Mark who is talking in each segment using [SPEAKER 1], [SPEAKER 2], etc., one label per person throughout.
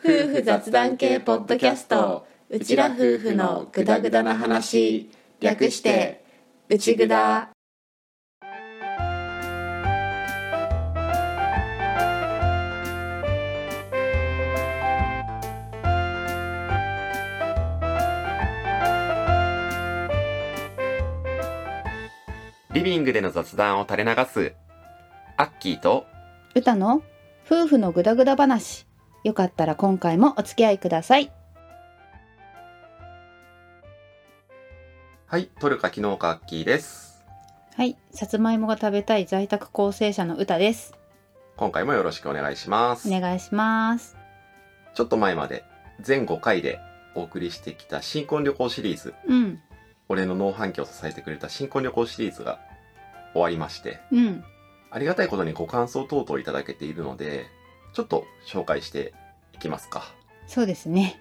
[SPEAKER 1] 夫婦雑談系ポッドキャストうちら夫婦のグダグダな話略してうちぐだ
[SPEAKER 2] リビングでの雑談を垂れ流す、アッキーと、
[SPEAKER 3] 歌の夫婦のグダグダ話よかったら今回もお付き合いください
[SPEAKER 2] はい、トルカ昨日かアッキーです。
[SPEAKER 3] はいさつまいもが食べたい在宅構成者の歌です
[SPEAKER 2] 今回もよろしくお願いします。
[SPEAKER 3] お願いします
[SPEAKER 2] ちょっと前まで、全5回でお送りしてきた新婚旅行シリーズ、
[SPEAKER 3] うん
[SPEAKER 2] 俺の農飯器を支えてくれた新婚旅行シリーズが終わりまして、
[SPEAKER 3] うん
[SPEAKER 2] ありがたいことにご感想等々いただけているので、ちょっと紹介していきますか。
[SPEAKER 3] そうですね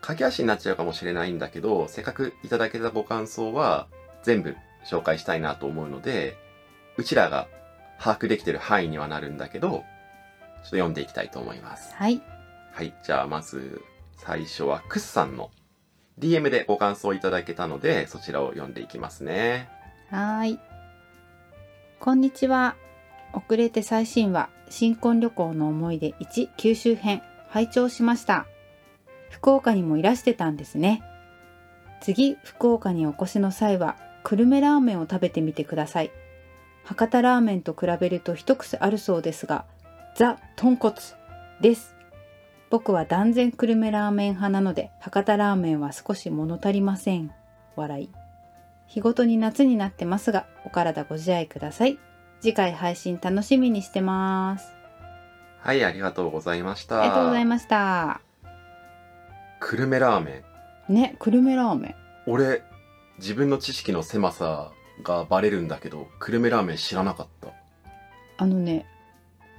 [SPEAKER 2] 駆け足になっちゃうかもしれないんだけど、せっかくいただけたご感想は全部紹介したいなと思うので、うちらが把握できてる範囲にはなるんだけど、ちょっと読んでいきたいと思います。
[SPEAKER 3] はい
[SPEAKER 2] はい、じゃあまず最初はクスさんの DM でご感想いただけたので、そちらを読んでいきますね。
[SPEAKER 3] はーいこんにちは遅れて最新話新婚旅行の思い出1九州編拝聴しました福岡にもいらしてたんですね次福岡にお越しの際は久留米ラーメンを食べてみてください博多ラーメンと比べると一癖あるそうですがザ・豚骨です僕は断然久留米ラーメン派なので博多ラーメンは少し物足りません笑い日ごとに夏になってますがお体ご自愛ください次回配信楽しみにしてます
[SPEAKER 2] はい、ありがとうございました。
[SPEAKER 3] ありがとうございました
[SPEAKER 2] 久留米ラーメン。
[SPEAKER 3] ね久留米ラーメン
[SPEAKER 2] 俺、自分の知識の狭さがバレるんだけど、久留米ラーメン知らなかった。
[SPEAKER 3] あのね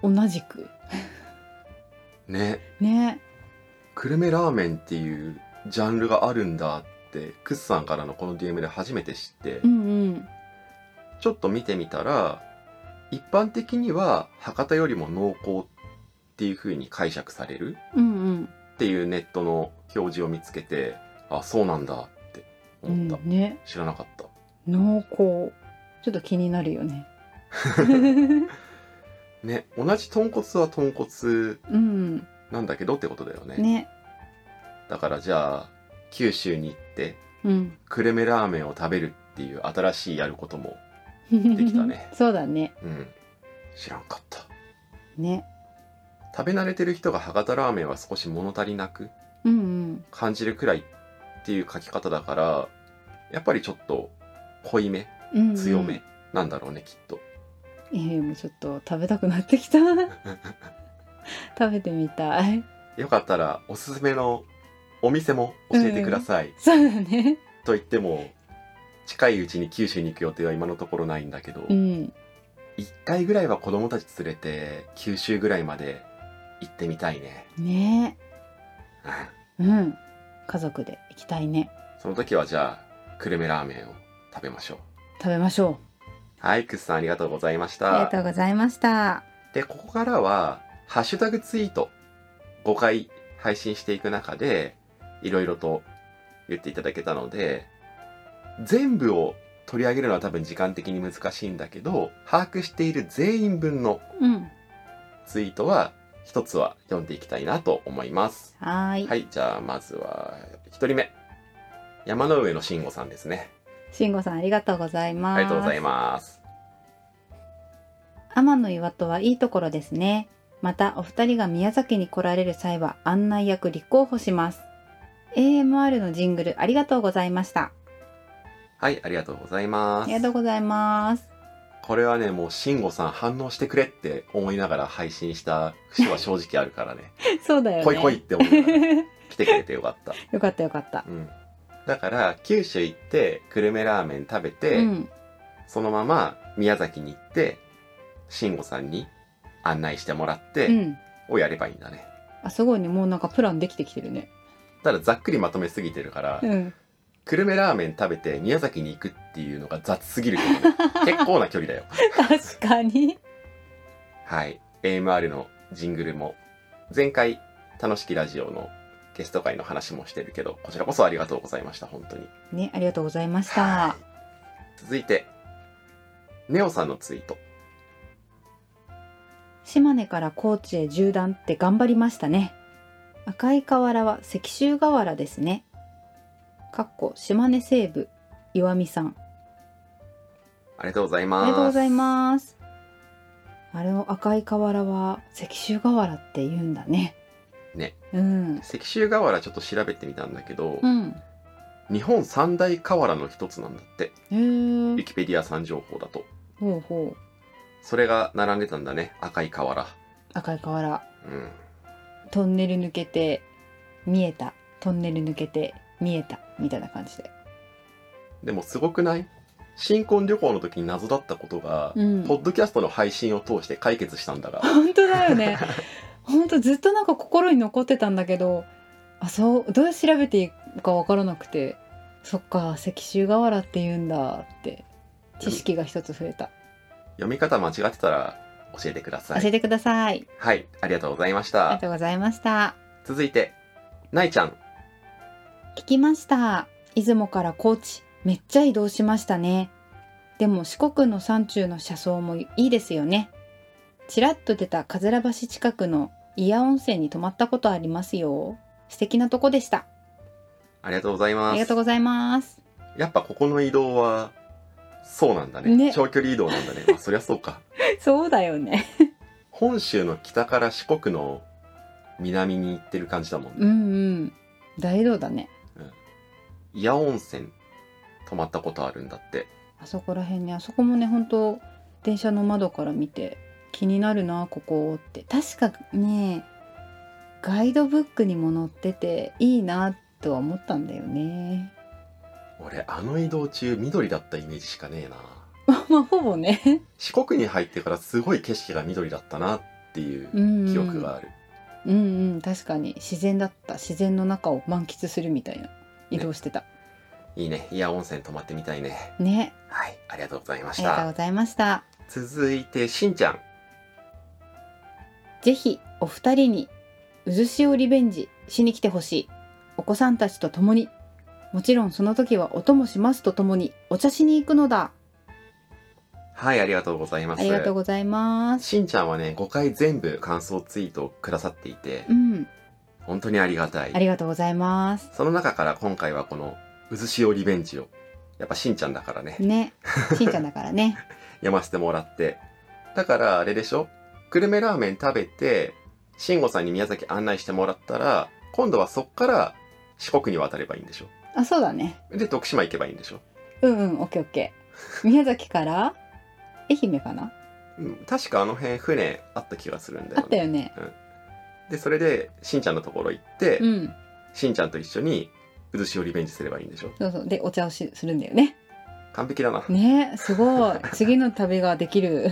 [SPEAKER 3] 同じく
[SPEAKER 2] ね。
[SPEAKER 3] ね
[SPEAKER 2] 久留米ラーメンっていうジャンルがあるんだってクスさんからのこの DM で初めて知って、
[SPEAKER 3] うんうん
[SPEAKER 2] ちょっと見てみたら一般的には博多よりも濃厚っていう風に解釈される
[SPEAKER 3] うんうん
[SPEAKER 2] っていうネットの表示を見つけてあそうなんだって
[SPEAKER 3] う
[SPEAKER 2] 思った、
[SPEAKER 3] んね
[SPEAKER 2] 知らなかった
[SPEAKER 3] 濃厚ちょっと気になるよ ね
[SPEAKER 2] ね同じ豚骨は豚骨
[SPEAKER 3] うん
[SPEAKER 2] なんだけどってことだよね
[SPEAKER 3] ね
[SPEAKER 2] だからじゃあ九州に行って
[SPEAKER 3] うん
[SPEAKER 2] 久留米ラーメンを食べるっていう新しいやることも
[SPEAKER 3] で
[SPEAKER 2] きたね
[SPEAKER 3] そうだね
[SPEAKER 2] うん知らんかった
[SPEAKER 3] ね
[SPEAKER 2] 食べ慣れてる人が博多ラーメンは少し物足りなく
[SPEAKER 3] うんうん
[SPEAKER 2] 感じるくらいっていう書き方だからやっぱりちょっと濃いめ
[SPEAKER 3] うんうん
[SPEAKER 2] 強めなんだろうね、きっと
[SPEAKER 3] いやいやもうちょっと食べたくなってき た食べてみたい
[SPEAKER 2] よかったらおすすめのお店も教えてください、
[SPEAKER 3] そうだね
[SPEAKER 2] と言っても近いうちに九州に行く予定は今のところないんだけど、
[SPEAKER 3] うん
[SPEAKER 2] 一回ぐらいは子供たち連れて九州ぐらいまで行ってみたいね、
[SPEAKER 3] ね
[SPEAKER 2] うん
[SPEAKER 3] うん家族で行きたいね
[SPEAKER 2] その時はじゃあ久留米ラーメンを食べましょう
[SPEAKER 3] 食べましょ
[SPEAKER 2] はいクスさんありがとうございまし
[SPEAKER 3] う
[SPEAKER 2] た
[SPEAKER 3] ありがとうございました
[SPEAKER 2] で、ここからは、ハッシュタグツイート5回配信していく中で、いろいろと言っていただけたので、全部を取り上げるのは多分時間的に難しいんだけど、把握している全員分の
[SPEAKER 3] うん
[SPEAKER 2] ツイートは、一つは読んでいきたいなと思います。
[SPEAKER 3] はーい、
[SPEAKER 2] はい、じゃあまずは、一人目。山の上の慎吾さんですね。
[SPEAKER 3] 慎吾さんありがとうございます
[SPEAKER 2] ありがとうございます。
[SPEAKER 3] 天の岩戸はいいところですねまたお二人が宮崎に来られる際は案内役立候補します AMR のジングルありがとうございました
[SPEAKER 2] はい、ありがとうございま
[SPEAKER 3] あ
[SPEAKER 2] す
[SPEAKER 3] り。がとうございます
[SPEAKER 2] これはね、もう、慎吾さん反応してくれって思いながら配信した節は正直あるからね。
[SPEAKER 3] そうだよね
[SPEAKER 2] 来い来いって思いながら来てくれてよかった。
[SPEAKER 3] よかったよかった
[SPEAKER 2] うん。だから、九州行って、久留米ラーメン食べて、
[SPEAKER 3] うん
[SPEAKER 2] そのまま宮崎に行って、慎吾さんに案内してもらっ
[SPEAKER 3] う
[SPEAKER 2] て、
[SPEAKER 3] ん
[SPEAKER 2] をやればいいんだね。
[SPEAKER 3] あすごいねもうなんかプランできてきてるね
[SPEAKER 2] ただ、ざっくりまとめすぎてるから、
[SPEAKER 3] うん
[SPEAKER 2] 久留米ラーメン食べて宮崎に行くっていうのが雑すぎるけどね。 結構な距離だよ。
[SPEAKER 3] 確かに
[SPEAKER 2] はい。AMR のジングルも前回楽しきラジオのゲスト会の話もしてるけど、こちらこそありがとうございました、本当に。
[SPEAKER 3] ね、ありがとうございまし
[SPEAKER 2] は
[SPEAKER 3] た。
[SPEAKER 2] 続いて、ネオさんのツイート。
[SPEAKER 3] 島根から高知へ縦断って頑張りましたね。赤い瓦は石州瓦ですね。かっこ島根西部岩見さん。
[SPEAKER 2] ありがとうございま
[SPEAKER 3] あ
[SPEAKER 2] す。
[SPEAKER 3] りがとうございます。あれを赤い瓦は石州瓦って言うんだね。
[SPEAKER 2] ね。
[SPEAKER 3] うん。
[SPEAKER 2] 石州瓦ちょっと調べてみたんだけど、
[SPEAKER 3] うん。
[SPEAKER 2] 日本三大瓦の一つなんだって
[SPEAKER 3] へ
[SPEAKER 2] ウ
[SPEAKER 3] ー
[SPEAKER 2] ィキペディアさん情報だと
[SPEAKER 3] ほうほう。
[SPEAKER 2] それが並んでたんだね赤い瓦
[SPEAKER 3] 赤い瓦。
[SPEAKER 2] うん
[SPEAKER 3] トンネル抜けて見えた。トンネル抜けて見えた。みたいな感じで。
[SPEAKER 2] でもすごくない新婚旅行の時に謎だったことが、
[SPEAKER 3] うん。
[SPEAKER 2] ポッドキャストの配信を通して解決したんだが
[SPEAKER 3] 本当だよね本当ずっとなんか心に残ってたんだけどあそうどう調べていいか分からなくてそっか石州瓦って言うんだって知識が一つ増えた、
[SPEAKER 2] 読み方間違ってたら教えてくださ
[SPEAKER 3] 教え
[SPEAKER 2] い
[SPEAKER 3] てください
[SPEAKER 2] はいありがとうございまし
[SPEAKER 3] ありが
[SPEAKER 2] た
[SPEAKER 3] とうございました
[SPEAKER 2] 続いてないちゃん
[SPEAKER 3] 聞きました出雲から高知めっちゃ移動しましたねでも四国の山中の車窓もいいですよねちらっと出た桂橋近くの伊谷温泉に泊まったことありますよ素敵なとこでした
[SPEAKER 2] ありがとうござい
[SPEAKER 3] あ
[SPEAKER 2] ま
[SPEAKER 3] りが
[SPEAKER 2] す
[SPEAKER 3] とうございます
[SPEAKER 2] やっぱここの移動はそうなんだね
[SPEAKER 3] ね
[SPEAKER 2] 長距離移動なんだ ね、まあ、そりゃそうか
[SPEAKER 3] そうだよね。
[SPEAKER 2] 本州の北から四国の南に行ってる感じだもん
[SPEAKER 3] う
[SPEAKER 2] ね。
[SPEAKER 3] んうん。大移動だね。
[SPEAKER 2] 伊谷温泉泊まったことあるんだって。
[SPEAKER 3] あそこら辺ね、あそこもね、本当電車の窓から見て気になるなここって。確かね、ガイドブックにも載ってていいなとは思ったんだよね。
[SPEAKER 2] 俺あの移動中緑だったイメージしかねえな。
[SPEAKER 3] まあほぼね。
[SPEAKER 2] 四国に入ってからすごい景色が緑だったなっていう
[SPEAKER 3] うん、うん。
[SPEAKER 2] 記憶がある。
[SPEAKER 3] うんうん確かに自然だった自然の中を満喫するみたいな移動してた。
[SPEAKER 2] いいね。伊谷温泉泊まってみたいね。
[SPEAKER 3] ね。
[SPEAKER 2] はい。ありがとうございま
[SPEAKER 3] あ
[SPEAKER 2] し
[SPEAKER 3] りがとう
[SPEAKER 2] た。
[SPEAKER 3] ございました。
[SPEAKER 2] 続いてしんちゃん。
[SPEAKER 3] ぜひお二人に渦潮リベンジしに来てほしい。お子さんたちと共に。もちろんその時はお供しますとともにお茶しに行くのだ。
[SPEAKER 2] はい。ありがとうございま
[SPEAKER 3] あ
[SPEAKER 2] す。
[SPEAKER 3] りがとうございます。
[SPEAKER 2] しんちゃんはね、5回全部感想ツイートをくださっていて
[SPEAKER 3] う、ん、
[SPEAKER 2] 本当にありがたい
[SPEAKER 3] あ。りがとうございます。
[SPEAKER 2] その中から今回はこの渦潮リベンジをやっぱしんちゃんだからね
[SPEAKER 3] ね、しんちゃんだからね。
[SPEAKER 2] 読ませてもらってだからあれでしょグルメラーメン食べて慎吾さんに宮崎案内してもらったら今度はそっから四国に渡ればいいんでしょ
[SPEAKER 3] あ、そうだね。
[SPEAKER 2] で徳島行けばいいんでしょ、
[SPEAKER 3] うんうん、オッケーオッケー。宮崎から愛媛かな
[SPEAKER 2] うん、確かあの辺船あった気がするんだ
[SPEAKER 3] あ
[SPEAKER 2] よ
[SPEAKER 3] った
[SPEAKER 2] ね
[SPEAKER 3] よね。
[SPEAKER 2] でそれでしんちゃんのところ行って、
[SPEAKER 3] うん。
[SPEAKER 2] しんちゃんと一緒に渦潮リベンジすればいいんでしょ
[SPEAKER 3] そうそう。で、お茶をしするんだよね。
[SPEAKER 2] 完璧だな、
[SPEAKER 3] ね、すごい。次の旅ができる。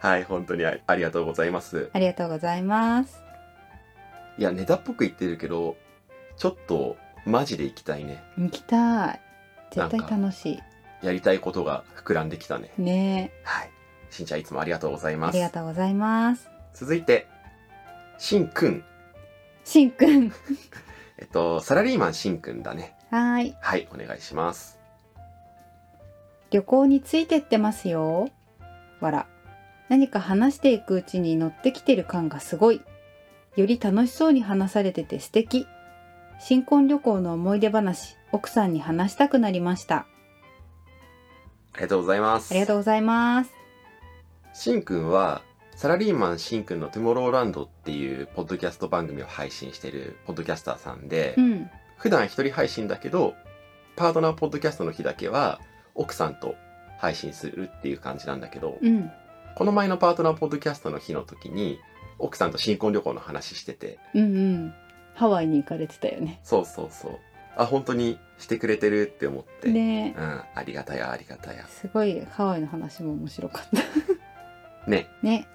[SPEAKER 2] はい本当にあありがとうございます
[SPEAKER 3] ありがとうございます。
[SPEAKER 2] いやネタっぽく言ってるけどちょっとマジで行きたいね
[SPEAKER 3] 行きたい。絶対
[SPEAKER 2] なんか
[SPEAKER 3] 楽しい。
[SPEAKER 2] やりたいことが膨らんできたね
[SPEAKER 3] ね
[SPEAKER 2] はいしんちゃんいつもありがとうござい
[SPEAKER 3] あ
[SPEAKER 2] ま
[SPEAKER 3] りが
[SPEAKER 2] す
[SPEAKER 3] とうございます。
[SPEAKER 2] 続いてしんくん
[SPEAKER 3] しんくん。
[SPEAKER 2] えっとサラリーマンしんくんだね
[SPEAKER 3] はーい。
[SPEAKER 2] はいお願いします
[SPEAKER 3] 旅行についてってますよ。わら。何か話していくうちに乗ってきてる感がすごい。より楽しそうに話されてて素敵。新婚旅行の思い出話、奥さんに話したくなりました。
[SPEAKER 2] ありがとうございます
[SPEAKER 3] ありがとうございます。
[SPEAKER 2] しんくんはサラリーマンしんくんのトゥモローランドっていうポッドキャスト番組を配信してるポッドキャスターさんで、
[SPEAKER 3] うん。
[SPEAKER 2] 普段一人配信だけどパートナーポッドキャストの日だけは奥さんと配信するっていう感じなんだけど、
[SPEAKER 3] うん。
[SPEAKER 2] この前のパートナーポッドキャストの日の時に奥さんと新婚旅行の話してて
[SPEAKER 3] うんうん。ハワイに行かれてたよね。
[SPEAKER 2] そうそうそうあ本当にしてくれてるって思って、
[SPEAKER 3] ね
[SPEAKER 2] うんありがたやありがたや
[SPEAKER 3] すごいハワイの話も面白かった。
[SPEAKER 2] ね
[SPEAKER 3] ね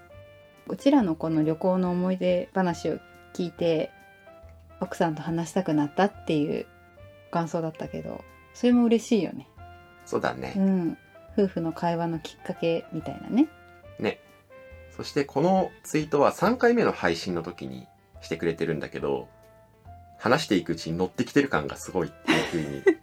[SPEAKER 3] うちらのこの旅行の思い出話を聞いて奥さんと話したくなったっていう感想だったけどそれも嬉しいよね
[SPEAKER 2] そうだね、
[SPEAKER 3] うん夫婦の会話のきっかけみたいなね
[SPEAKER 2] そしてこのツイートは3回目の配信の時にしてくれてるんだけど話していくうちに乗ってきてる感がすごいっていうふう に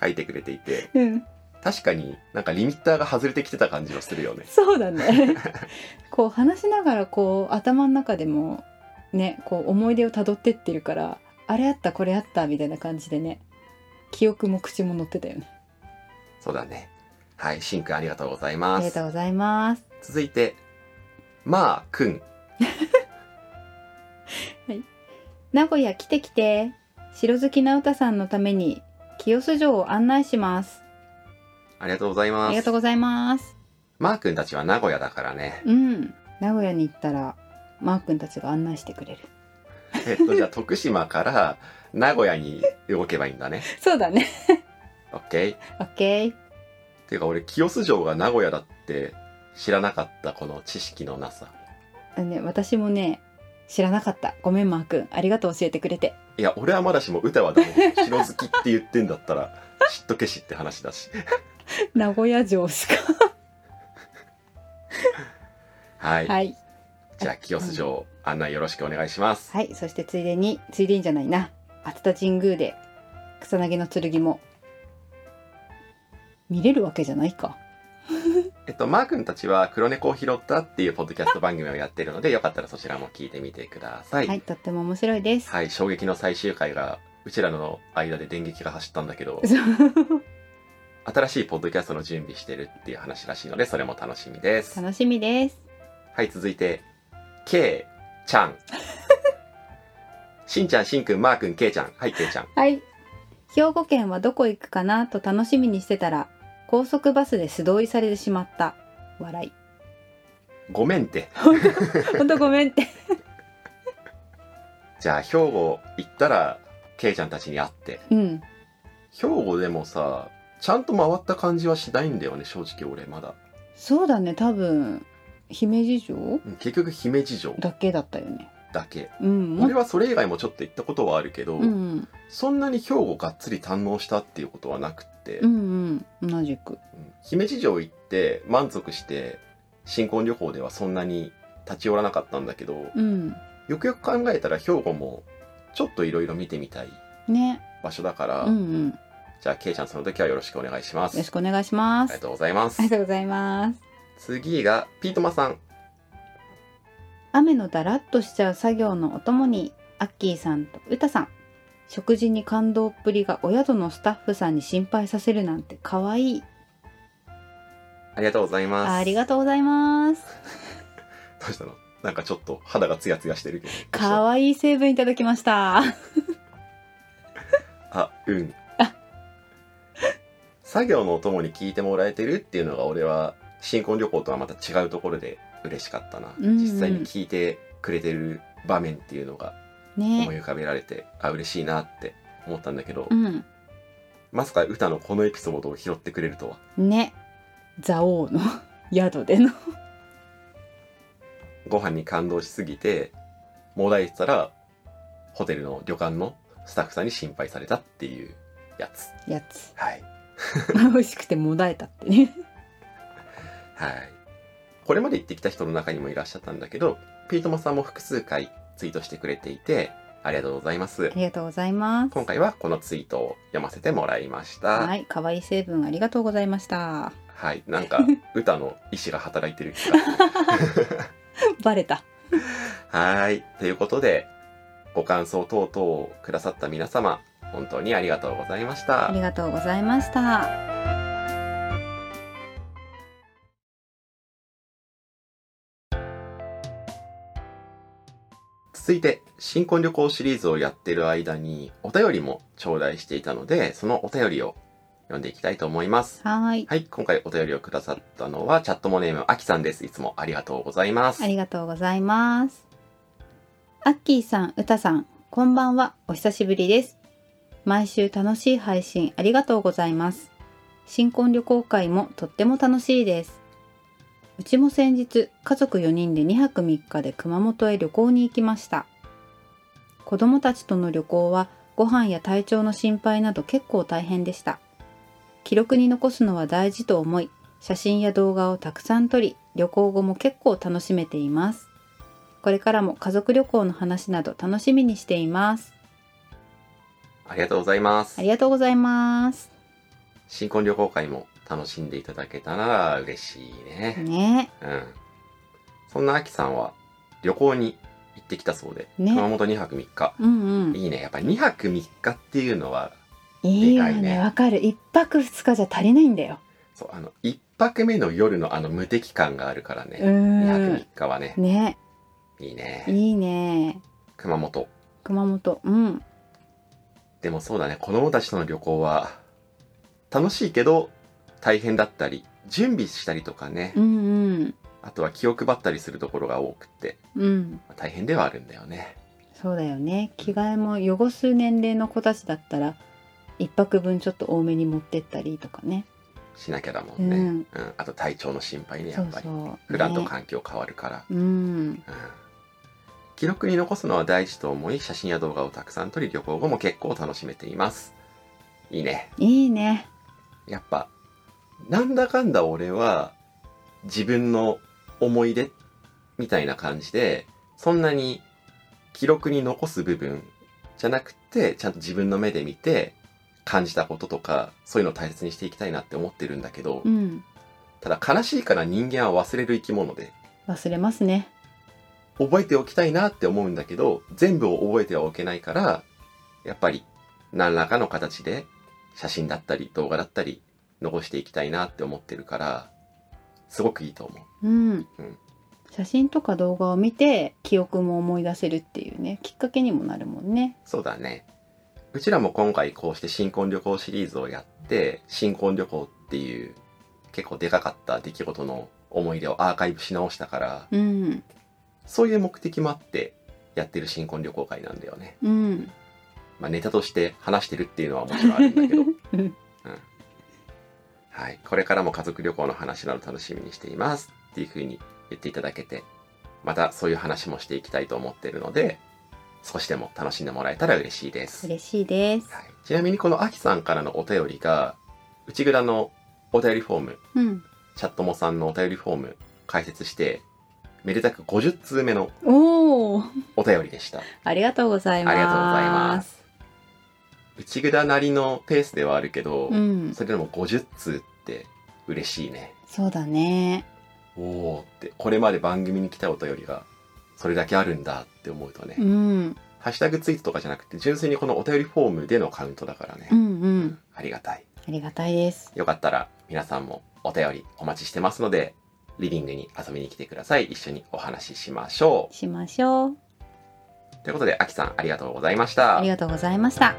[SPEAKER 2] 書いてくれていて
[SPEAKER 3] うん、
[SPEAKER 2] 確かになんかリミッターが外れてきてた感じはするよね
[SPEAKER 3] そうだね こう話しながらこう頭の中でもねこう思い出をたどってってるからあれあったこれあったみたいな感じでね記憶も口も乗ってたよね
[SPEAKER 2] そうだねはいシンくんありがとうござい
[SPEAKER 3] あ
[SPEAKER 2] ま
[SPEAKER 3] りがと
[SPEAKER 2] す
[SPEAKER 3] うございます
[SPEAKER 2] 続いてまあくん
[SPEAKER 3] 名古屋来て来て城好きな歌さんのために清洲城を案内します
[SPEAKER 2] ありがとうござい
[SPEAKER 3] あ
[SPEAKER 2] ま
[SPEAKER 3] りが
[SPEAKER 2] す
[SPEAKER 3] とうございます
[SPEAKER 2] まーくんたちは名古屋だからね
[SPEAKER 3] うん名古屋に行ったらマー君たちが案内してくれる
[SPEAKER 2] えっとじゃあ徳島から名古屋に動けばいいんだね
[SPEAKER 3] そうだね
[SPEAKER 2] OK
[SPEAKER 3] オッケー
[SPEAKER 2] ていうか俺清洲城が名古屋だって知らなかったこの知識のなさ
[SPEAKER 3] あのね私もね知らなかったごめんマー君ありがとう教えてくれて
[SPEAKER 2] いや俺はまだしも歌はでも城好きって言ってんだったら知っとけしって話だし
[SPEAKER 3] 名古屋城しか
[SPEAKER 2] はい、
[SPEAKER 3] はい
[SPEAKER 2] じゃあ清洲城案内よろしくお願いします
[SPEAKER 3] はいそしてついでについでにじゃないな熱田神宮で草薙の剣も見れるわけじゃないか
[SPEAKER 2] えっとマー君たちは黒猫を拾ったっていうポッドキャスト番組をやってるのでよかったらそちらも聞いてみてください
[SPEAKER 3] はい、とっても面白いです、
[SPEAKER 2] はい、衝撃の最終回がうちらの間で電撃が走ったんだけど新しいポッドキャストの準備してるっていう話らしいのでそれも楽しみで す
[SPEAKER 3] 楽しみです
[SPEAKER 2] はい続いて K ちゃんしんちゃんしんくんまーくん K ちゃんはい K ちゃん
[SPEAKER 3] はい兵庫県はどこ行くかなと楽しみにしてたら高速バスで素通りされてしまった笑
[SPEAKER 2] ごめんって
[SPEAKER 3] いほんとごめんって
[SPEAKER 2] じゃあ兵庫行ったら K ちゃんたちに会って
[SPEAKER 3] うん
[SPEAKER 2] 兵庫でもさちゃんと回った感じはしないんだよね正直俺まだ
[SPEAKER 3] そうだね多分姫路城
[SPEAKER 2] うん結局姫路城
[SPEAKER 3] だけだったよね
[SPEAKER 2] だけ
[SPEAKER 3] うんも
[SPEAKER 2] 俺はそれ以外もちょっと行ったことはあるけど、
[SPEAKER 3] うんうん
[SPEAKER 2] そんなに兵庫がっつり堪能したっていうことはなくって、
[SPEAKER 3] うんうん同じく
[SPEAKER 2] うん姫路城行って満足して新婚旅行ではそんなに立ち寄らなかったんだけど、
[SPEAKER 3] うん
[SPEAKER 2] よくよく考えたら兵庫もちょっといろいろ見てみたい
[SPEAKER 3] ね
[SPEAKER 2] 場所だから、
[SPEAKER 3] うんうんよ
[SPEAKER 2] じゃあケイちゃんその時はよろしくお願いします
[SPEAKER 3] ろしくお願いしま
[SPEAKER 2] ありが
[SPEAKER 3] す
[SPEAKER 2] とうございま
[SPEAKER 3] あり
[SPEAKER 2] す
[SPEAKER 3] がとうございます
[SPEAKER 2] 次がピートマさん
[SPEAKER 3] 雨のだらっとしちゃう作業のお供にアッキーさんとうたさん食事に感動っぷりがお宿のスタッフさんに心配させるなんて可愛い
[SPEAKER 2] ありがとうございます
[SPEAKER 3] ありがとうございます
[SPEAKER 2] どうしたのなんかちょっと肌がツヤツヤしてるけど
[SPEAKER 3] 可愛い成分いただきました
[SPEAKER 2] あうん作業のお供に聞いてもらえてるっていうのが俺は新婚旅行とはまた違うところで嬉しかったな、
[SPEAKER 3] うんうん
[SPEAKER 2] 実際に聞いてくれてる場面っていうのが思い
[SPEAKER 3] ね
[SPEAKER 2] 浮かべられてあ嬉しいなって思ったんだけど、
[SPEAKER 3] うん
[SPEAKER 2] まさか歌のこのエピソードを拾ってくれるとは
[SPEAKER 3] ね蔵王の宿での
[SPEAKER 2] ご飯に感動しすぎてもだえてたらホテルの旅館のスタッフさんに心配されたっていうやつ
[SPEAKER 3] や つ
[SPEAKER 2] はい
[SPEAKER 3] 美味しくてもだえたってね
[SPEAKER 2] はい。これまで言ってきた人の中にもいらっしゃったんだけど、ピートマさんも複数回ツイートしてくれていて、ありがとうございま
[SPEAKER 3] あ。
[SPEAKER 2] す
[SPEAKER 3] りがとうございます
[SPEAKER 2] 今回はこのツイートを読ませてもらいました。は。
[SPEAKER 3] はいい可愛い成分ありがとうございました
[SPEAKER 2] なんか、歌の意志が働いてる気が。
[SPEAKER 3] バレた
[SPEAKER 2] はい。ということで、ご感想等々をくださった皆様、本当にありがとうございました
[SPEAKER 3] あり。がとうございました
[SPEAKER 2] 続いて、新婚旅行シリーズをやってる間に、お便りも頂戴していたので、そのお便りを読んでいきたいと思います。
[SPEAKER 3] はーい。
[SPEAKER 2] はい、今回お便りをくださったのは、チャットモネーム、あきさんです。いつもありがとうございます。
[SPEAKER 3] ありがとうございます。アッキーさん、うたさん、こんばんは。お久しぶりです。毎週楽しい配信ありがとうございます。新婚旅行会もとっても楽しいです。うちも先日、家族4人で2泊3日で熊本へ旅行に行きました。子供たちとの旅行は、ご飯や体調の心配など結構大変でした。記録に残すのは大事と思い、写真や動画をたくさん撮り旅行後も結構楽しめていますこれからも家族旅行の話など楽しみにしています
[SPEAKER 2] ありがとうございます
[SPEAKER 3] ありがとうございます
[SPEAKER 2] 新婚旅行会も楽しんでいただけたなら嬉しいね
[SPEAKER 3] ね
[SPEAKER 2] うんそんなあきさんは旅行に行ってきたそうで、
[SPEAKER 3] ね
[SPEAKER 2] 熊本2泊3日
[SPEAKER 3] うんうん
[SPEAKER 2] いいねやっぱ2泊3日っていうのはい
[SPEAKER 3] いよ
[SPEAKER 2] でかい
[SPEAKER 3] ね
[SPEAKER 2] ね
[SPEAKER 3] わかる一泊二日じゃ足りないんだよ
[SPEAKER 2] そうあの1泊目の夜のあの無敵感があるから
[SPEAKER 3] うー
[SPEAKER 2] ね、2泊
[SPEAKER 3] ん
[SPEAKER 2] 3日はね
[SPEAKER 3] ね
[SPEAKER 2] いいね
[SPEAKER 3] いいね
[SPEAKER 2] 熊本
[SPEAKER 3] 熊本うん
[SPEAKER 2] でもそうだね子供たちとの旅行は楽しいけど大変だったり準備したりとかね、
[SPEAKER 3] うんうん
[SPEAKER 2] あとは気を配ったりするところが多くて
[SPEAKER 3] うん
[SPEAKER 2] まあ大変ではあるんだよね
[SPEAKER 3] そうだよね着替えも汚す年齢の子たちだったら一泊分ちょっと多めに持ってったりとかね
[SPEAKER 2] しなきゃだもんね、
[SPEAKER 3] う
[SPEAKER 2] うんんあと体調の心配ねや
[SPEAKER 3] そう
[SPEAKER 2] っぱり
[SPEAKER 3] そう
[SPEAKER 2] 普段と
[SPEAKER 3] ね
[SPEAKER 2] 環境変わるから、
[SPEAKER 3] うん
[SPEAKER 2] うん記録に残すのは大事と思い写真や動画をたくさん撮り旅行後も結構楽しめていますいいね
[SPEAKER 3] いいね
[SPEAKER 2] やっぱなんだかんだ俺は自分の思い出みたいな感じでそんなに記録に残す部分じゃなくてちゃんと自分の目で見て感じたこととかそういうのを大切にしていきたいなって思ってるんだけど、
[SPEAKER 3] うん
[SPEAKER 2] ただ悲しいから人間は忘れる生き物で
[SPEAKER 3] 忘れますね
[SPEAKER 2] 覚えておきたいなって思うんだけど全部を覚えてはおけないからやっぱり何らかの形で写真だったり動画だったり残していきたいなって思ってるからすごくいいと思う
[SPEAKER 3] うん、
[SPEAKER 2] ん
[SPEAKER 3] 写真とか動画を見て記憶も思い出せるっていうねきっかけにもなるもんね
[SPEAKER 2] そうだねうちらも今回こうして新婚旅行シリーズをやって新婚旅行っていう結構でかかった出来事の思い出をアーカイブし直したから
[SPEAKER 3] うん
[SPEAKER 2] そういう目的もあってやってる新婚旅行会なんだよね、
[SPEAKER 3] うん
[SPEAKER 2] まあ、ネタとして話してるっていうのはもちろんあるん だけど
[SPEAKER 3] うん
[SPEAKER 2] はい、これからも家族旅行の話など楽しみにしていますっていうふうに言っていただけてまたそういう話もしていきたいと思っているので少しでも楽しんでもらえたら嬉しいです、はい、
[SPEAKER 3] 嬉しいです
[SPEAKER 2] ちなみにこのあきさんからのお便りが内蔵のお便りフォーム
[SPEAKER 3] うん
[SPEAKER 2] チャットモさんのお便りフォーム解説してめでたく50通目の
[SPEAKER 3] おお
[SPEAKER 2] お便りでした
[SPEAKER 3] ありがとうございます
[SPEAKER 2] ありがとうございます内蔵なりのペースではあるけど、
[SPEAKER 3] うん
[SPEAKER 2] それでも50通って嬉しいね
[SPEAKER 3] そうだね
[SPEAKER 2] おおってこれまで番組に来たお便りがそれだけあるんだって思うとね、
[SPEAKER 3] うん
[SPEAKER 2] ハッシュタグツイートとかじゃなくて純粋にこのお便りフォームでのカウントだからね、
[SPEAKER 3] うんうん
[SPEAKER 2] ありがたい
[SPEAKER 3] ありがたいです
[SPEAKER 2] よかったら皆さんもお便りお待ちしてますのでリビングに遊びに来てください一緒にお話ししましょ
[SPEAKER 3] しましょう
[SPEAKER 2] うということであきさんありがとうございました
[SPEAKER 3] ありがとうございました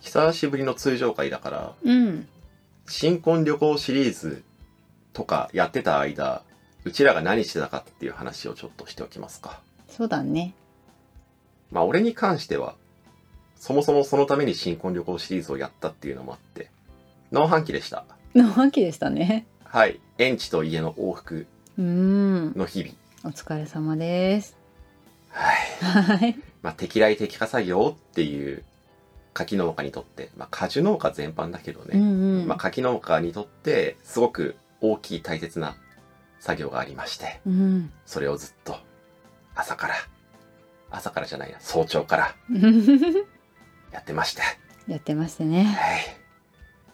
[SPEAKER 2] 久しぶりの通常会だから
[SPEAKER 3] うん
[SPEAKER 2] 新婚旅行シリーズとかやってた間うちらが何してたかっていう話をちょっとしておきますか
[SPEAKER 3] そうだね
[SPEAKER 2] まあ俺に関しては、そもそもそのために新婚旅行シリーズをやったっていうのもあって、農飯期でした。
[SPEAKER 3] の秋でしたね
[SPEAKER 2] はい。園地と家の往復
[SPEAKER 3] うん
[SPEAKER 2] の日々。
[SPEAKER 3] お疲れ様です
[SPEAKER 2] はい。
[SPEAKER 3] はい
[SPEAKER 2] まあ、適来適化作業っていう柿農家にとって、まあ、果樹農家全般だけど
[SPEAKER 3] う
[SPEAKER 2] ね、
[SPEAKER 3] んうん
[SPEAKER 2] まあ、柿農家にとってすごく大きい大切な作業がありまして、
[SPEAKER 3] うん
[SPEAKER 2] それをずっと朝から、朝からじゃないな、早朝からやってまして、
[SPEAKER 3] やってましたね
[SPEAKER 2] はい。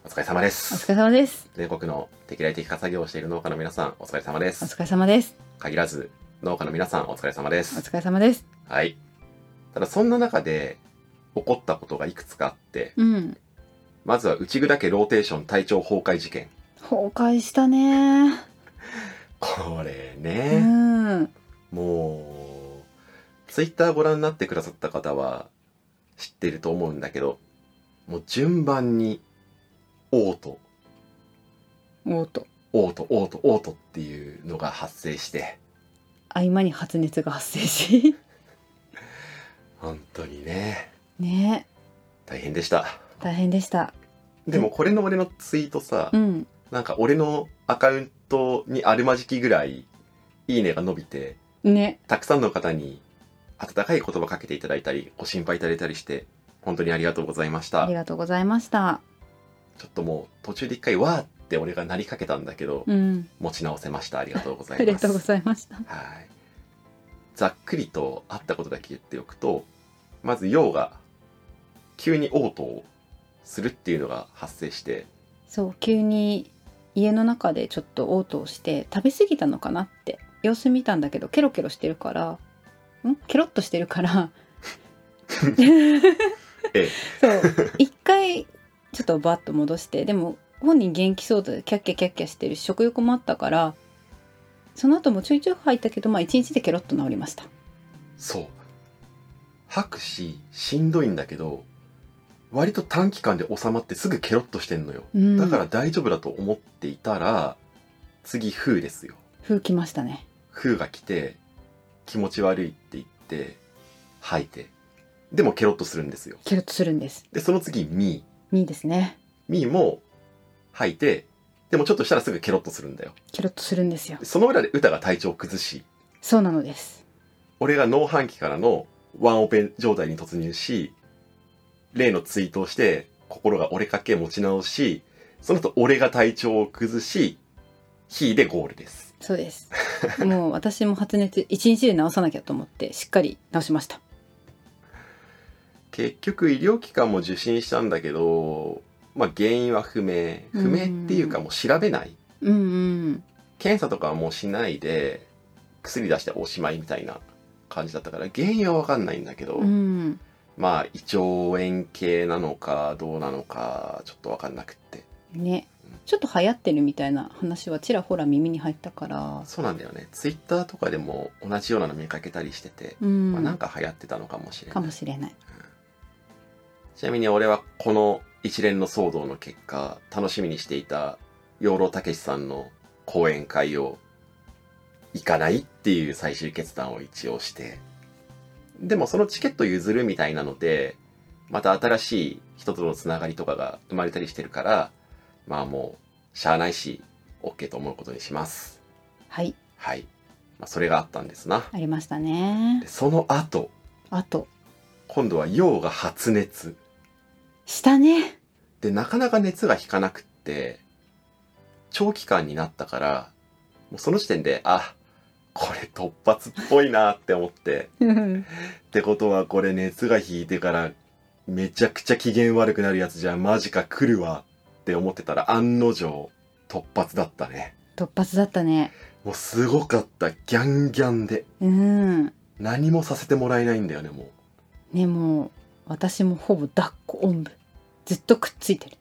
[SPEAKER 2] お疲れ様です。
[SPEAKER 3] お疲れ様です
[SPEAKER 2] 全国の適来的化作業をしている農家の皆さんお疲れ様で
[SPEAKER 3] お
[SPEAKER 2] す
[SPEAKER 3] 疲れ様です
[SPEAKER 2] 限らず農家の皆さんお疲れ様で
[SPEAKER 3] お
[SPEAKER 2] す
[SPEAKER 3] 疲れ様です
[SPEAKER 2] はいただそんな中で起こったことがいくつかあって
[SPEAKER 3] うん
[SPEAKER 2] まずは内蔵家ローテーション体調崩壊事件
[SPEAKER 3] 崩壊したね
[SPEAKER 2] これ
[SPEAKER 3] う
[SPEAKER 2] ね、
[SPEAKER 3] ん
[SPEAKER 2] もうツイッターご覧になってくださった方は知ってると思うんだけどもう順番に嘔吐
[SPEAKER 3] おっと
[SPEAKER 2] 嘔吐嘔吐嘔吐っていうのが発生して
[SPEAKER 3] 合間に発熱が発生し
[SPEAKER 2] 本当にね
[SPEAKER 3] ね
[SPEAKER 2] 大変でした
[SPEAKER 3] 大変でした
[SPEAKER 2] でもこれの俺のツイートさ、
[SPEAKER 3] うん
[SPEAKER 2] なんか俺のアカウントにあるまじきぐらいいいねが伸びて
[SPEAKER 3] ね
[SPEAKER 2] たくさんの方に温かい言葉かけていただいたりご心配いただいたりして本当にありがとうございました
[SPEAKER 3] ありがとうございました
[SPEAKER 2] ちょっともう途中で一回わーって俺がなりかけたんだけど、
[SPEAKER 3] うん
[SPEAKER 2] 持ち直せましたありがとうご ざ
[SPEAKER 3] あ
[SPEAKER 2] います
[SPEAKER 3] りがとうございました
[SPEAKER 2] はいざっくりとあったことだけ言っておくとまず陽が急に応答をするっていうのが発生して
[SPEAKER 3] そう急に家の中でちょっと嘔吐して食べ過ぎたのかなって様子見たんだけどケロケロしてるからんケロっとしてるから
[SPEAKER 2] ええ
[SPEAKER 3] そう一回ちょっとバッと戻してでも本人元気そうでキャッキャキャッキャしてるし食欲もあったからその後もちょいちょい入ったけどまあ一日でケロっと治りました
[SPEAKER 2] そう吐くししんどいんだけど割と短期間で収まってすぐケロッとしてんのよ、
[SPEAKER 3] うん
[SPEAKER 2] だから大丈夫だと思っていたら次風ですよ
[SPEAKER 3] 風きましたね
[SPEAKER 2] 風が来て気持ち悪いって言って吐いてでもケロッとするんですよ
[SPEAKER 3] ケロっとするんです
[SPEAKER 2] でその次ミー
[SPEAKER 3] いいですね
[SPEAKER 2] ミーも吐いてでもちょっとしたらすぐケロッとするんだよ
[SPEAKER 3] ケロっとするんですよ
[SPEAKER 2] その裏で歌が体調を崩し
[SPEAKER 3] そうなのです
[SPEAKER 2] 俺が脳半期からのワンオペ状態に突入し例のツイートをして心が折れかけ持ち直しその後俺が体調を崩しヒーでゴールです
[SPEAKER 3] そうですもう私も発熱一日で治さなきゃと思ってしっかり治しました
[SPEAKER 2] 結局医療機関も受診したんだけどまあ原因は不明不明っていうかもう調べない
[SPEAKER 3] うんうん
[SPEAKER 2] 検査とかはもうしないで薬出しておしまいみたいな感じだったから原因は分かんないんだけど、
[SPEAKER 3] うん
[SPEAKER 2] まあ胃腸炎系なのかどうなのかちょっと分かんなくって
[SPEAKER 3] ねちょっと流行ってるみたいな話はちらほら耳に入ったから
[SPEAKER 2] そうなんだよねツイッターとかでも同じようなの見かけたりしてて、
[SPEAKER 3] うん、
[SPEAKER 2] まあ、なんか流行ってたのかもしれ
[SPEAKER 3] か
[SPEAKER 2] ない
[SPEAKER 3] もしれない
[SPEAKER 2] ちなみに俺はこの一連の騒動の結果楽しみにしていた養老たけしさんの講演会を行かないっていう最終決断を一応してでもそのチケット譲るみたいなのでまた新しい人とのつながりとかが生まれたりしてるからまあもうしゃあないし OK と思うことにします
[SPEAKER 3] はい
[SPEAKER 2] はい、まあ、それがあったんですな
[SPEAKER 3] ありましたね
[SPEAKER 2] でその後
[SPEAKER 3] あと
[SPEAKER 2] 今度は陽が発熱
[SPEAKER 3] した ね
[SPEAKER 2] でなかなか熱が引かなくって長期間になったからもうその時点であこれ突発っぽいなって思ってってことはこれ熱が引いてからめちゃくちゃ機嫌悪くなるやつじゃんマジか来るわって思ってたら案の定突発だったね
[SPEAKER 3] 突発だったね
[SPEAKER 2] もうすごかったギャンギャンで
[SPEAKER 3] うん
[SPEAKER 2] 何もさせてもらえないんだよねもう
[SPEAKER 3] ねもう私もほぼ抱っこおんぶずっとくっついてる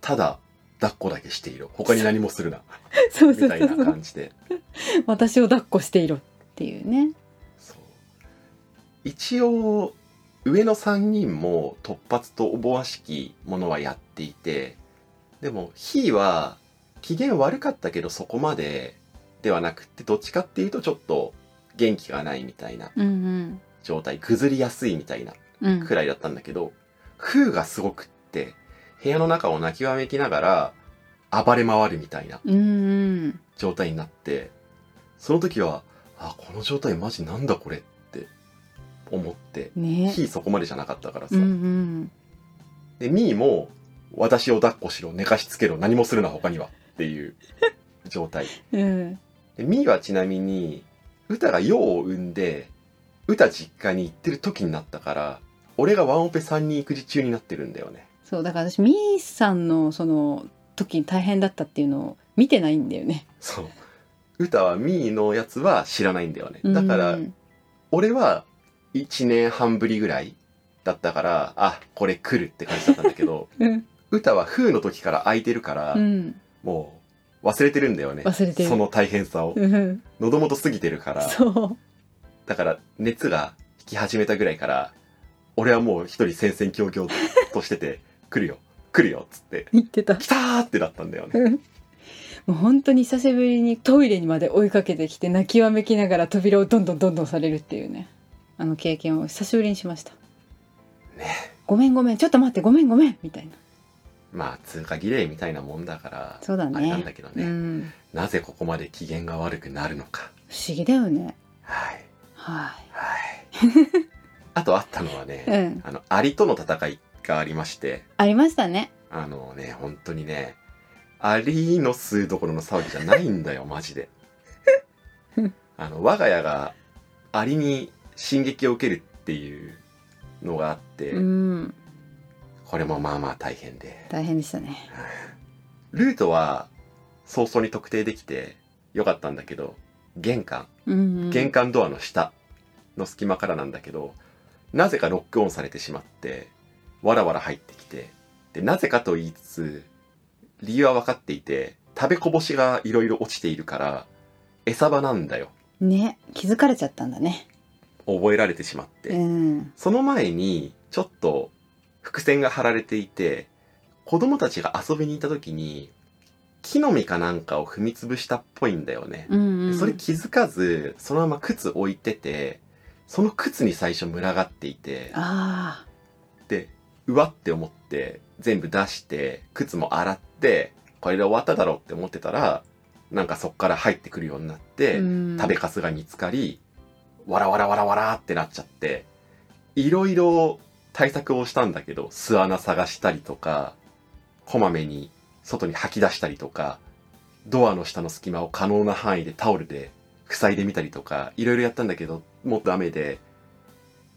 [SPEAKER 2] ただ抱っこだけしている他に何もするな
[SPEAKER 3] そう
[SPEAKER 2] み
[SPEAKER 3] そう
[SPEAKER 2] たい
[SPEAKER 3] そう
[SPEAKER 2] な
[SPEAKER 3] そう
[SPEAKER 2] 感じで
[SPEAKER 3] 私を抱っこしていろっていうね
[SPEAKER 2] そう一応上の3人も突発とおぼわしきものはやっていてでもひーは機嫌悪かったけどそこまでではなくってどっちかっていうとちょっと元気がないみたいな
[SPEAKER 3] うん
[SPEAKER 2] 状態崩りやすいみたいな
[SPEAKER 3] うんうん
[SPEAKER 2] くらいだったんだけど風がすごくって部屋の中を泣きわめきながら暴れ回るみたいな
[SPEAKER 3] うんうん
[SPEAKER 2] 状態になってその時はあこの状態マジなんだこれって思って
[SPEAKER 3] ね
[SPEAKER 2] 火そこまでじゃなかったからさ、
[SPEAKER 3] うんうん
[SPEAKER 2] でミーも私を抱っこしろ寝かしつけろ何もするな他にはって いう状態
[SPEAKER 3] うん
[SPEAKER 2] でミーはちなみに歌が用を産んで歌実家に行ってる時になったから俺がワンオペ3人育児中になってるんだよね
[SPEAKER 3] そうだから私みーさんのその時に大変だったっていうのを見てないんだよね
[SPEAKER 2] そう歌はミーのやつは知らないんだよねだから
[SPEAKER 3] うん
[SPEAKER 2] 俺は1年半ぶりぐらいだったからあこれ来るって感じだったんだけ ど
[SPEAKER 3] うん
[SPEAKER 2] 歌は風の時から空いてるから、
[SPEAKER 3] うん
[SPEAKER 2] もう忘れてるんだよね
[SPEAKER 3] 忘れてる
[SPEAKER 2] その大変さを
[SPEAKER 3] うん
[SPEAKER 2] 喉元過ぎてるから
[SPEAKER 3] そう
[SPEAKER 2] だから熱が引き始めたぐらいから俺はもう一人戦々恐々とし てて来るよ来るよっつって
[SPEAKER 3] 言ってた
[SPEAKER 2] 来たーってなったんだよね
[SPEAKER 3] うんもう本当に久しぶりにトイレにまで追いかけてきて泣きわめきながら扉をどんどんどんどんされるっていうねあの経験を久しぶりにしましたごめんごめんちょっと待ってごめんごめんみたいな
[SPEAKER 2] まあ通過儀礼みたいなもんだから
[SPEAKER 3] そうだね
[SPEAKER 2] あれなんだけどね、
[SPEAKER 3] うん、
[SPEAKER 2] なぜここまで機嫌が悪くなるのか
[SPEAKER 3] 不思議だよね
[SPEAKER 2] はい
[SPEAKER 3] は
[SPEAKER 2] はいあとあったのはね、
[SPEAKER 3] い、うん、
[SPEAKER 2] あのアリとの戦いがありまして
[SPEAKER 3] ありましたね
[SPEAKER 2] あのね本当にねアリの吸うどころの騒ぎじゃない んだよマジであの我が家がアリに進撃を受けるっていうのがあって、
[SPEAKER 3] うん
[SPEAKER 2] これもまあまあ大変で
[SPEAKER 3] 大変でしたね
[SPEAKER 2] ルートは早々に特定できてよかったんだけど玄関
[SPEAKER 3] うん、うん、
[SPEAKER 2] 玄関ドアの下の隙間からなんだけど、なぜかロックオンされてしまってわらわら入ってきてでなぜかと言いつつ理由は分かっていて食べこぼしがいろいろ落ちているから餌場なんだよ
[SPEAKER 3] ね気づかれちゃったんだね
[SPEAKER 2] 覚えられてしまって、
[SPEAKER 3] うん
[SPEAKER 2] その前にちょっと伏線が張られていて子供たちが遊びに行った時に木の実かなんかを踏み潰したっぽいんだよね、
[SPEAKER 3] うん、う
[SPEAKER 2] で
[SPEAKER 3] ん、
[SPEAKER 2] それ気づかずそのまま靴置いててその靴に最初群がっていて
[SPEAKER 3] あ
[SPEAKER 2] でうわって思って全部出して靴も洗ってこれで終わっただろうって思ってたらなんかそっから入ってくるようになっ
[SPEAKER 3] あ、
[SPEAKER 2] て、
[SPEAKER 3] うん、
[SPEAKER 2] 食べかすが見つかりわらわらわらわらってなっちゃっていろいろ対策をしたんだけど巣穴探したりとかこまめに外に吐き出したりとかドアの下の隙間を可能な範囲でタオルで塞いでみたりとかいろいろやったんだけどもうダメで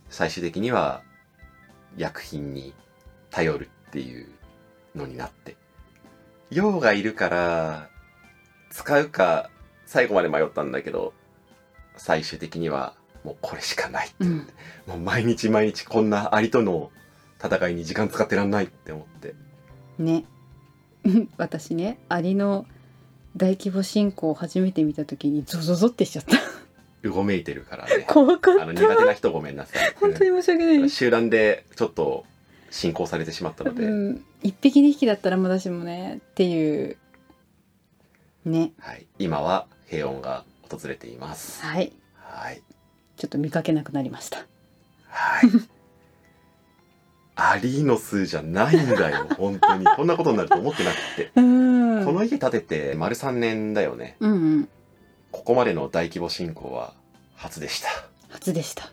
[SPEAKER 2] 最終的には薬品に頼るっていうのになって用がいるから使うか最後まで迷ったんだけど最終的にはもうこれしかないって、
[SPEAKER 3] うん
[SPEAKER 2] もう毎日毎日こんなアリとの戦いに時間使ってらんないって思って
[SPEAKER 3] ね 私ねアリの大規模進行を初めて見た時にゾゾゾってしちゃった
[SPEAKER 2] うごめいてるから ね
[SPEAKER 3] 怖かっ
[SPEAKER 2] あの
[SPEAKER 3] た
[SPEAKER 2] 苦手な人ごめんなさい
[SPEAKER 3] 本当に申し訳な
[SPEAKER 2] うん
[SPEAKER 3] い
[SPEAKER 2] 集団でちょっと進行されてしまったので、
[SPEAKER 3] うん、一匹二匹だったらまだしもねっていうね
[SPEAKER 2] はい、今は平穏が訪れています
[SPEAKER 3] はい
[SPEAKER 2] はい
[SPEAKER 3] ちょっと見かけなくなりました
[SPEAKER 2] はいアリの数じゃないんだ よ本当にこんなことになると思ってなくて
[SPEAKER 3] うん
[SPEAKER 2] この家建てて丸3年だよね
[SPEAKER 3] うんうん
[SPEAKER 2] ここまでの大規模進行は初でした
[SPEAKER 3] 初でした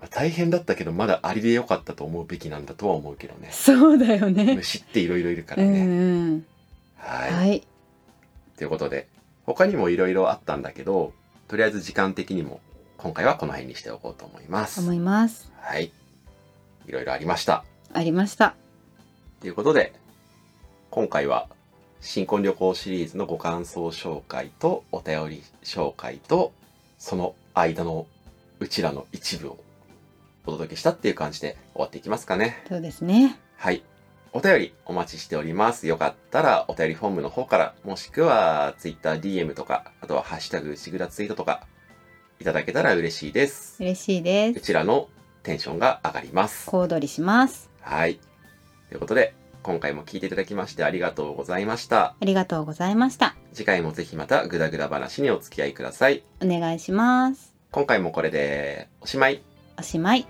[SPEAKER 2] まあ大変だったけどまだありでよかったと思うべきなんだとは思うけど ね
[SPEAKER 3] そうだよね
[SPEAKER 2] 虫っていろいろいるから
[SPEAKER 3] うん
[SPEAKER 2] ね、
[SPEAKER 3] うん
[SPEAKER 2] はい、
[SPEAKER 3] はい
[SPEAKER 2] ということで他にもいろいろあったんだけどとりあえず時間的にも今回はこの辺にしておこうと思います
[SPEAKER 3] 思います
[SPEAKER 2] はいいろいろありました
[SPEAKER 3] ありました
[SPEAKER 2] ということで今回は新婚旅行シリーズのご感想紹介とお便り紹介とその間のうちらの一部をお届けしたっていう感じで終わっていきますかね
[SPEAKER 3] そうですね
[SPEAKER 2] はいお便りお待ちしておりますよかったらお便りフォームの方からもしくは TwitterDM とかあとは「ハッシュタグうちぐらツイート」とかいただけたら嬉しいです
[SPEAKER 3] 嬉しいで
[SPEAKER 2] う
[SPEAKER 3] す
[SPEAKER 2] ちらのテンションが上がります
[SPEAKER 3] 小躍りします
[SPEAKER 2] はい。ということで、今回も聞いていただきましてありがとうございました。
[SPEAKER 3] ありがとうございました
[SPEAKER 2] 次回もぜひまたグダグダ話にお付き合いください。
[SPEAKER 3] お願いします
[SPEAKER 2] 今回もこれでおしまい。
[SPEAKER 3] おしまい